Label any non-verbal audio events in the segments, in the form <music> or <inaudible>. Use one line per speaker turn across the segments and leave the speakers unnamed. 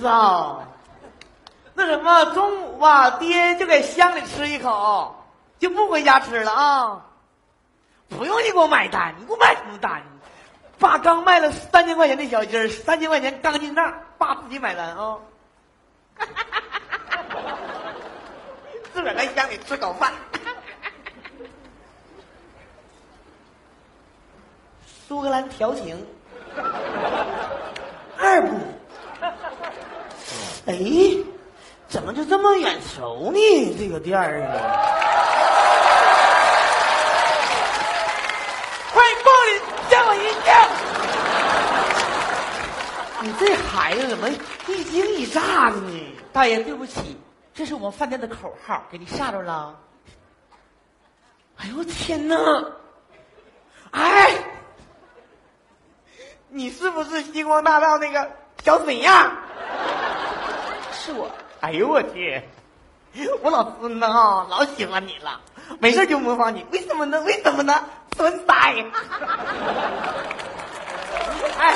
子啊。那什么，中午吧，爹就给乡里吃一口，就不回家吃了啊。不用你给我买单，你给我买什么单？爸刚卖了三千块钱的小鸡儿，三千块钱刚进账，爸自己买单啊、自个儿在乡里吃口饭。苏格兰调情，二部。哎，怎么就这么眼熟呢？这个店儿啊！快抱里吓我一跳！你这孩子怎么一惊一乍的呢？
大爷，对不起，这是我们饭店的口号，给您吓着了。
哎呦我天哪！哎，你是不是星光大道那个小沈阳？
是我，
哎呦我去！我老孙子啊，老喜欢你了，没事就模仿你，为什么呢？为什么呢？孙呆！哎，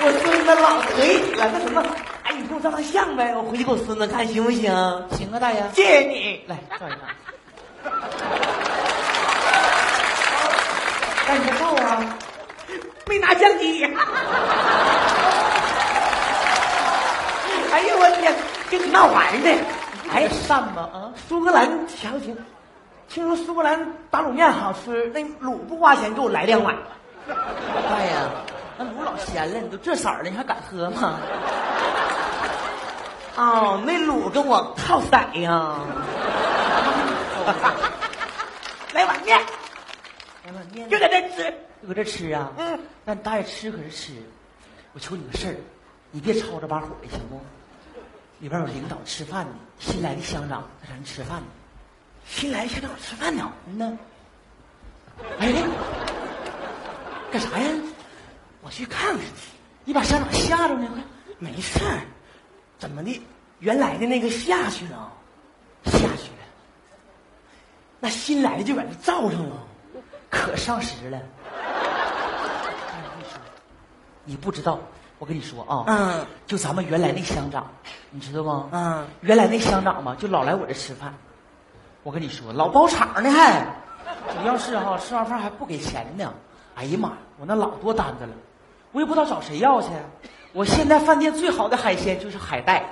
我孙子老可以了，那什么，哎，你给我照张相呗，我回去给我孙子看行不行？
行啊，大爷，哎
谢谢你，
来照一张。大爷照啊，
没拿相机。哎呦我天，跟你闹玩的，
还
哎。
善吧啊？
苏格兰调情，听说苏格兰打卤面好吃，那卤不花钱，给我来两碗。
大爷，哎那卤老咸了，你都这色儿了，你还敢喝吗？
哦，那卤跟我靠色呀、
<laughs>
来碗面，
来碗面，
就在这吃。
就搁这吃啊？
嗯，
但大爷吃可是吃，我求你个事儿，你别吵着把火的行不？里边有领导吃饭呢，新来的乡长在这人吃饭呢。
新来先让我吃饭呢。
嗯呢？哎，干啥呀？
我去看看去。
你把乡长吓着呢，快
没事儿，怎么的？原来的那个下去了，
下去了，
那新来的就把这罩上了。
可上时了。哎我跟你说，你不知道，我跟你说啊，
嗯
就咱们原来那乡长，你知道吗？
嗯，
原来那乡长嘛，就老来我这吃饭。我跟你说，老包场呢还，主要是哈、吃完饭还不给钱呢。哎呀妈呀，我那老多单子了，我也不知道找谁要去。啊我现在饭店最好的海鲜就是海带。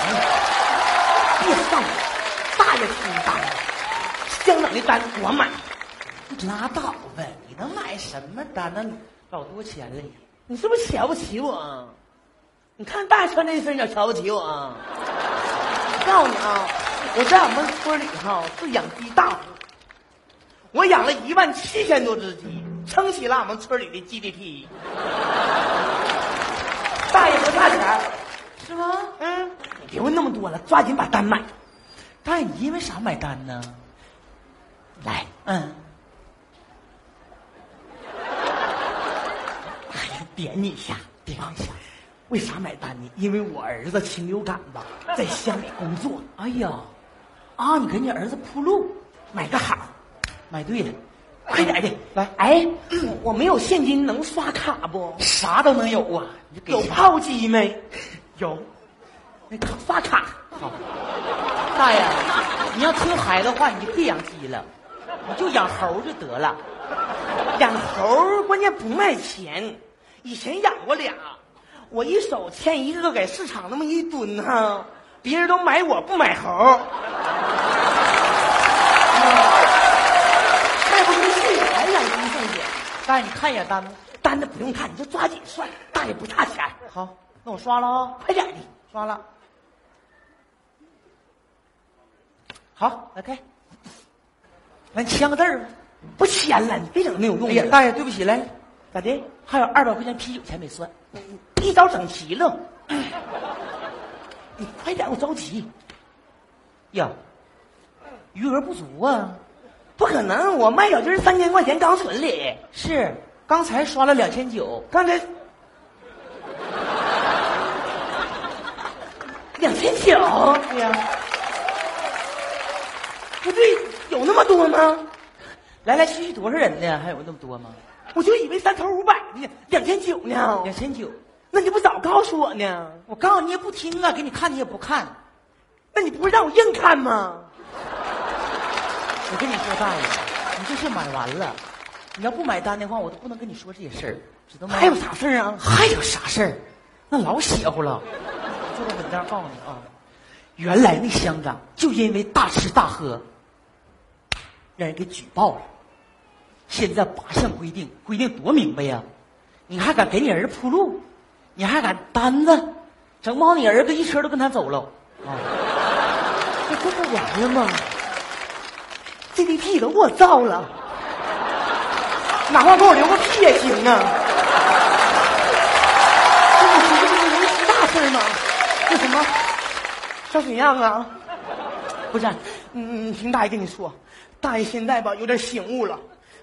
哎
别上，大爷出单，乡长的单我买。
拉倒吧，你能买什么单呢？老多钱了你。
你是不是瞧不起我？啊？你看大爷穿这一身，你咋瞧不起我？啊？我告诉你啊，我在我们村里哈、是养鸡大户，我养了一万七千多只鸡，撑起了我们村里的 GDP。大爷不差钱，
是吗？
嗯，你别问那么多了，抓紧把单买。
大爷，你因为啥买单呢？
来，
嗯，
点你一下，点你一下。为啥买单呢？因为我儿子禽流感吧，在乡里工作，
哎呀，啊，你给你儿子铺路，
买个好。
买对了，
快点的，
来
哎，我我没有现金，能刷卡不？
啥都能有啊。你就给
有
钱
炮击没？
<laughs> 有，
那卡刷卡，
好。大爷，你要听孩子话，你就别养鸡了，你就养猴就得了。
养猴儿关键不卖钱，以前养过俩，我一手牵一个给市场那么一蹲哈、别人都买我不买猴儿，
哎
卖不出去还养鸡挣钱，
大爷，你看一眼单子。
单子不用看，你就抓紧算，大爷不差钱，
好，那我刷了啊、
快点的，
刷了。好，来开。来，你签个字儿吧。
不签了，你别整没有
哎
用
呀，
的，
大爷，对不起，来，
咋的？
还有二百块钱啤酒钱没算。
一早整齐了，你快点，我着急。
呀，余额不足啊。
不可能，我卖小鸡儿三千块钱刚存里，
是，刚才刷了两千九，
刚
<laughs>
才两千九，
对哎呀。
不对，有那么多吗？
来来去去多少人呢？还有那么多吗？
我就以为三头五百呢，两千九呢，
两千九，
那你不早告诉我呢？
我告诉你也不听啊，给你看你也不看。
那你不是让我硬看吗？
我跟你说，大爷，你这事买完了，你要不买单的话，我都不能跟你说这些事儿，知道吗？
还有啥事儿啊？
还有啥事儿？那老邪乎了。我做个文章告诉你啊，原来那香港就因为大吃大喝，让人给举报了。现在八项规定，规定多明白呀、你还敢给你儿子铺路，你还敢单子，整不好你儿子一车都跟他走了。啊，
这这不完了吗？GDP 都给我造了，哪怕给我留个屁也行啊！这不是这不是无大事儿吗？那什么，小沈阳啊，不是，嗯，听大爷跟你说，大爷现在吧有点醒悟了，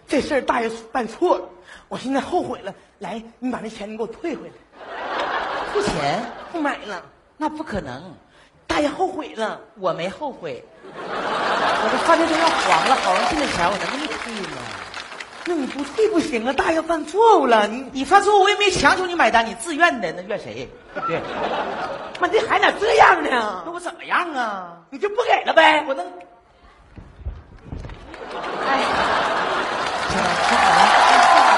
这事儿大爷办错了，我现在后悔了。来，你把那钱你给我退回来，
付钱
不买了。
那不可能，
大爷后悔了，
我没后悔。我这饭店都要黄了，好容易进的钱，我能给你退吗？
那你不退不行啊，大爷犯错误了，你
你犯错误，我也没强求你买单，你自愿的，那怨谁？对不对？
妈这孩子咋这样
那
呢？
我怎么样啊？
你就不给了呗？
我能。
哎，
行了，说好了，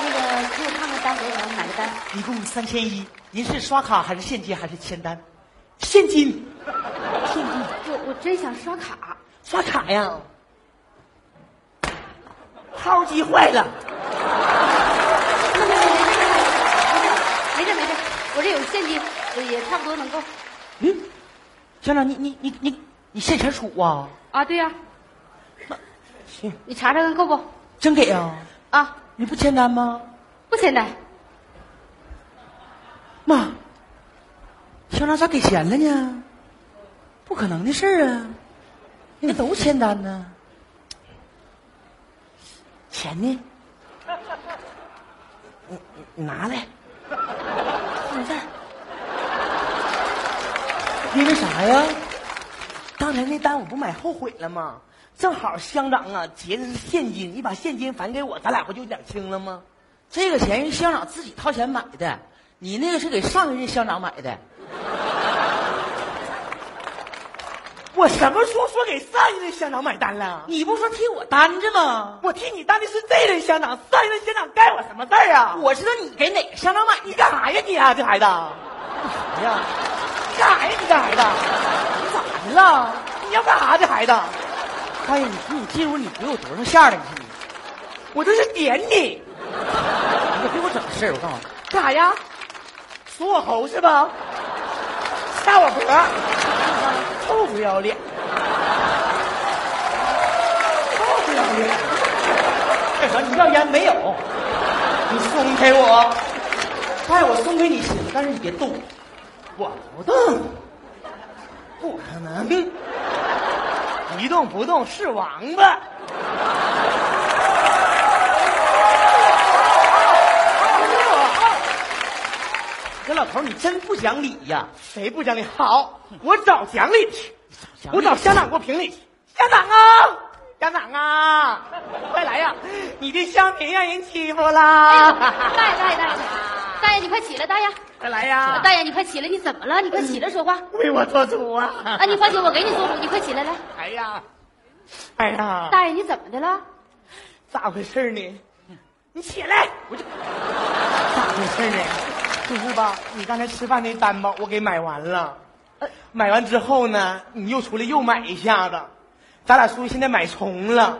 那个给我看看单多少钱，买个单。
一共三千一，您是刷卡还是现金还是签单？
现金
现金，我我真想刷卡。
刷卡呀？掏机坏了，
没事没事没事没事，我这有现金，我也差不多能够。
嗯，乡长，你你你你你现钱处啊？
啊，对呀、
行，
你查查看够不？
真给啊？
啊，
你不签单吗？
不简单。
妈，乡长咋给钱了呢？不可能的事儿啊！那都签单呢，钱呢？
你拿来。
放这儿。因为啥呀？
刚才那单我不买后悔了吗？正好乡长啊结的是现金，你把现金返给我，咱俩不就两清了吗？
这个钱是乡长自己掏钱买的，你那个是给上一任乡长买 <laughs> 的。
我什么时候说给上一任乡长买单了？
你不说替我担着吗？
我替你当的是这任乡长，上一任乡长该我什么事儿啊？
我知道你给哪个乡长买
你干啥呀你啊这孩
<laughs>
子？
的呀？
你干啥呀你这孩子？
你咋的了？
你要干啥这孩子？
大爷，你说你这屋你给我多少下了？你看你，
我这是点你，
你给我整事儿，我告诉你，
干啥呀？说我猴是吧？掐我脖，臭不要脸，臭不要脸。
干啥？你要烟没有？
你松开我！
大爷，我松开你行，但是你别动我。
我不动，不可能，一动不动是王八。
这老头儿你真不讲理呀！
谁不讲理？好，我找讲理去，
讲理
我找乡长给我评理去。乡长啊，乡长啊，快来呀！你的乡民让人欺负啦！ <laughs>
大爷大爷大爷，大爷你快起来，大爷
快来呀！
大爷你快起来，你怎么了？你快起来说话。
为我做主啊！
啊，你放心，我给你做主，你快起来来。
<laughs> 哎呀，哎呀，
大爷你怎么的了？
咋回事呢？你起来，我就咋回事呢？就是吧，你刚才吃饭那单吧，我给买完了。买完之后呢，你又出来又买一下子，咱俩属于现在买重了。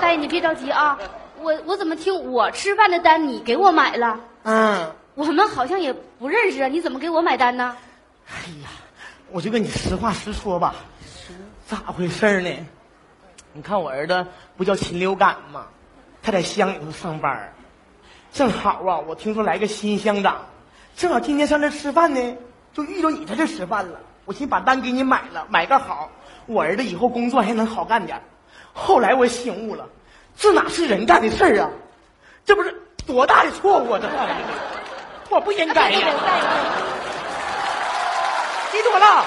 大爷你别着急啊，我我怎么听我吃饭的单你给我买了？
嗯，
我们好像也不认识啊，你怎么给我买单呢？
哎呀，我就跟你实话实说吧，咋回事呢？你看我儿子不叫禽流感吗？他在乡里头上班儿正好啊，我听说来个新乡长，正好今天上这吃饭呢，就遇到你在这吃饭了。我寻思把单给你买了，买个好，我儿子以后工作还能好干点儿。后来我醒悟了，这哪是人干的事儿啊？这不是多大的错误啊！这犯的我不应该呀、
大爷
记住我了。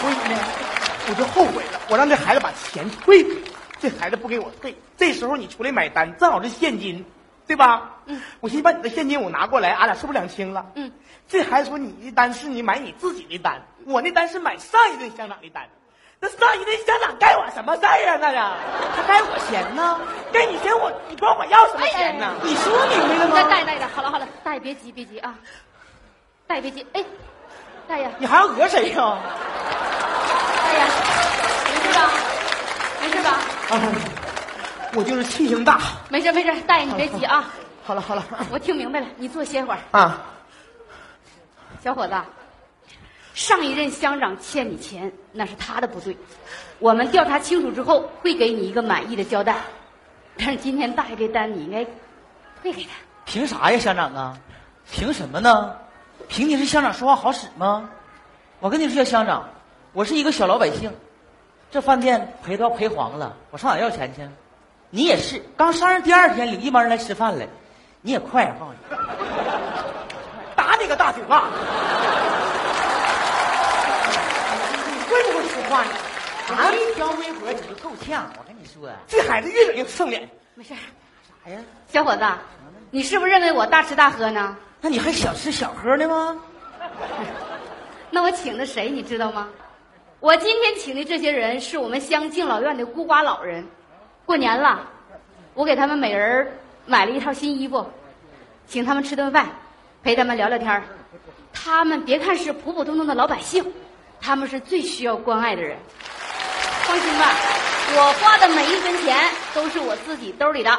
所以呢，我就后悔了，我让这孩子把钱退给我，这孩子不给我退。这时候你出来买单，正好是现金，对吧？
嗯，
我寻思把你的现金我拿过来，俺俩是不是两清了？
嗯，
这还说你的单是你买你自己的单，我那单是买上一顿乡长的单。那上一顿乡长该我什么事儿啊？那呀，他该我钱呢？哎该你钱我，你管我要什么钱呢？
你说明白了
再
吗？
大爷，大爷，大爷好了好了，大爷别急别急啊，大爷别急，哎，大爷，
你还要讹谁呀、
大爷，没事吧？没事吧？
啊，我就是气性大。
没事没事，大爷你别急啊，
好了好了
我听明白了，你坐歇会儿。
啊，
小伙子，上一任乡长欠你钱，那是他的不对。我们调查清楚之后，会给你一个满意的交代。但是今天大爷这单，你应该退给他。
凭啥呀，乡长啊？凭什么呢？凭你是乡长说话好使吗？我跟你说，乡长，我是一个小老百姓，这饭店赔都要赔黄了，我上哪要钱去？你也是，刚上任第二天领一帮人来吃饭来，你也快啊！放下
打你个大嘴巴！你会不会说话呢？啊，
一条微博你就够呛，我跟你说
这孩子越整越剩脸。
没事儿，
啥呀？
小伙子，你是不是认为我大吃大喝呢？
那你还小吃小喝呢吗？
那我请的谁你知道吗？我今天请的这些人是我们乡敬老院的孤寡老人。过年了，我给他们每人儿买了一套新衣服，请他们吃顿饭，陪他们聊聊天儿。他们别看是普普通通的老百姓，他们是最需要关爱的人。放心吧，我花的每一分钱都是我自己兜里的，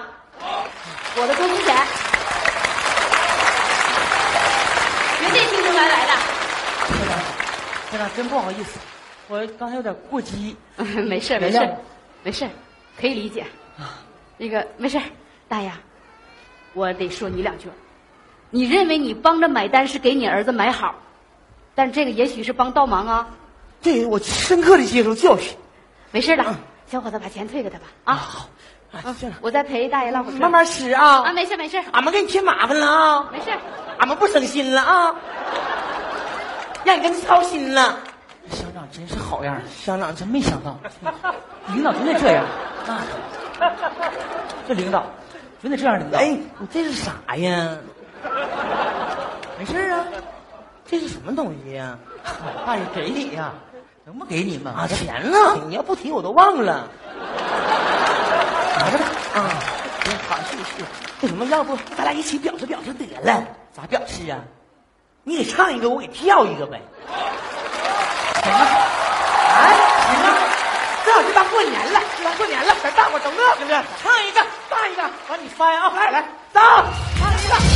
我的工资钱，绝对清清白白的。
乡长，乡长真不好意思，我刚才有点过激。
<laughs> 没事儿没
原
事
谅
儿，没事儿，可以理解。 <laughs> 那个没事儿，大爷，我得说你两句儿。你认为你帮着买单是给你儿子买好，但这个也许是帮倒忙啊。
对，我深刻的接受教训。
没事儿了，小伙子把钱退给他吧啊。好，
啊，乡长，
我再陪大爷唠会儿嗑
慢慢吃啊。
啊，没事儿没事儿
俺们给你添麻烦了啊，
没事儿。
俺们不省心了啊，让你跟操心了。
乡长真是好样儿，
乡长，
真没想
<laughs>
到，领导真得这样啊！这领导准得这样，领导。
哎，，你这是啥呀？没事啊，这是什么东西呀、哎
大爷给你呀、能不给你吗？
啊，钱呢？你要不提我都忘了。拿着吧，啊，好，谢谢。那什么，要不咱俩一起表示表示得了？
咋表示啊？
你给唱一个，我给跳一个呗。
行啊，
哎，行啊，正好这当过年了，这当过年了，咱大伙都乐呵乐呵，唱一个，唱一个，完你翻啊，来来，走，唱一个。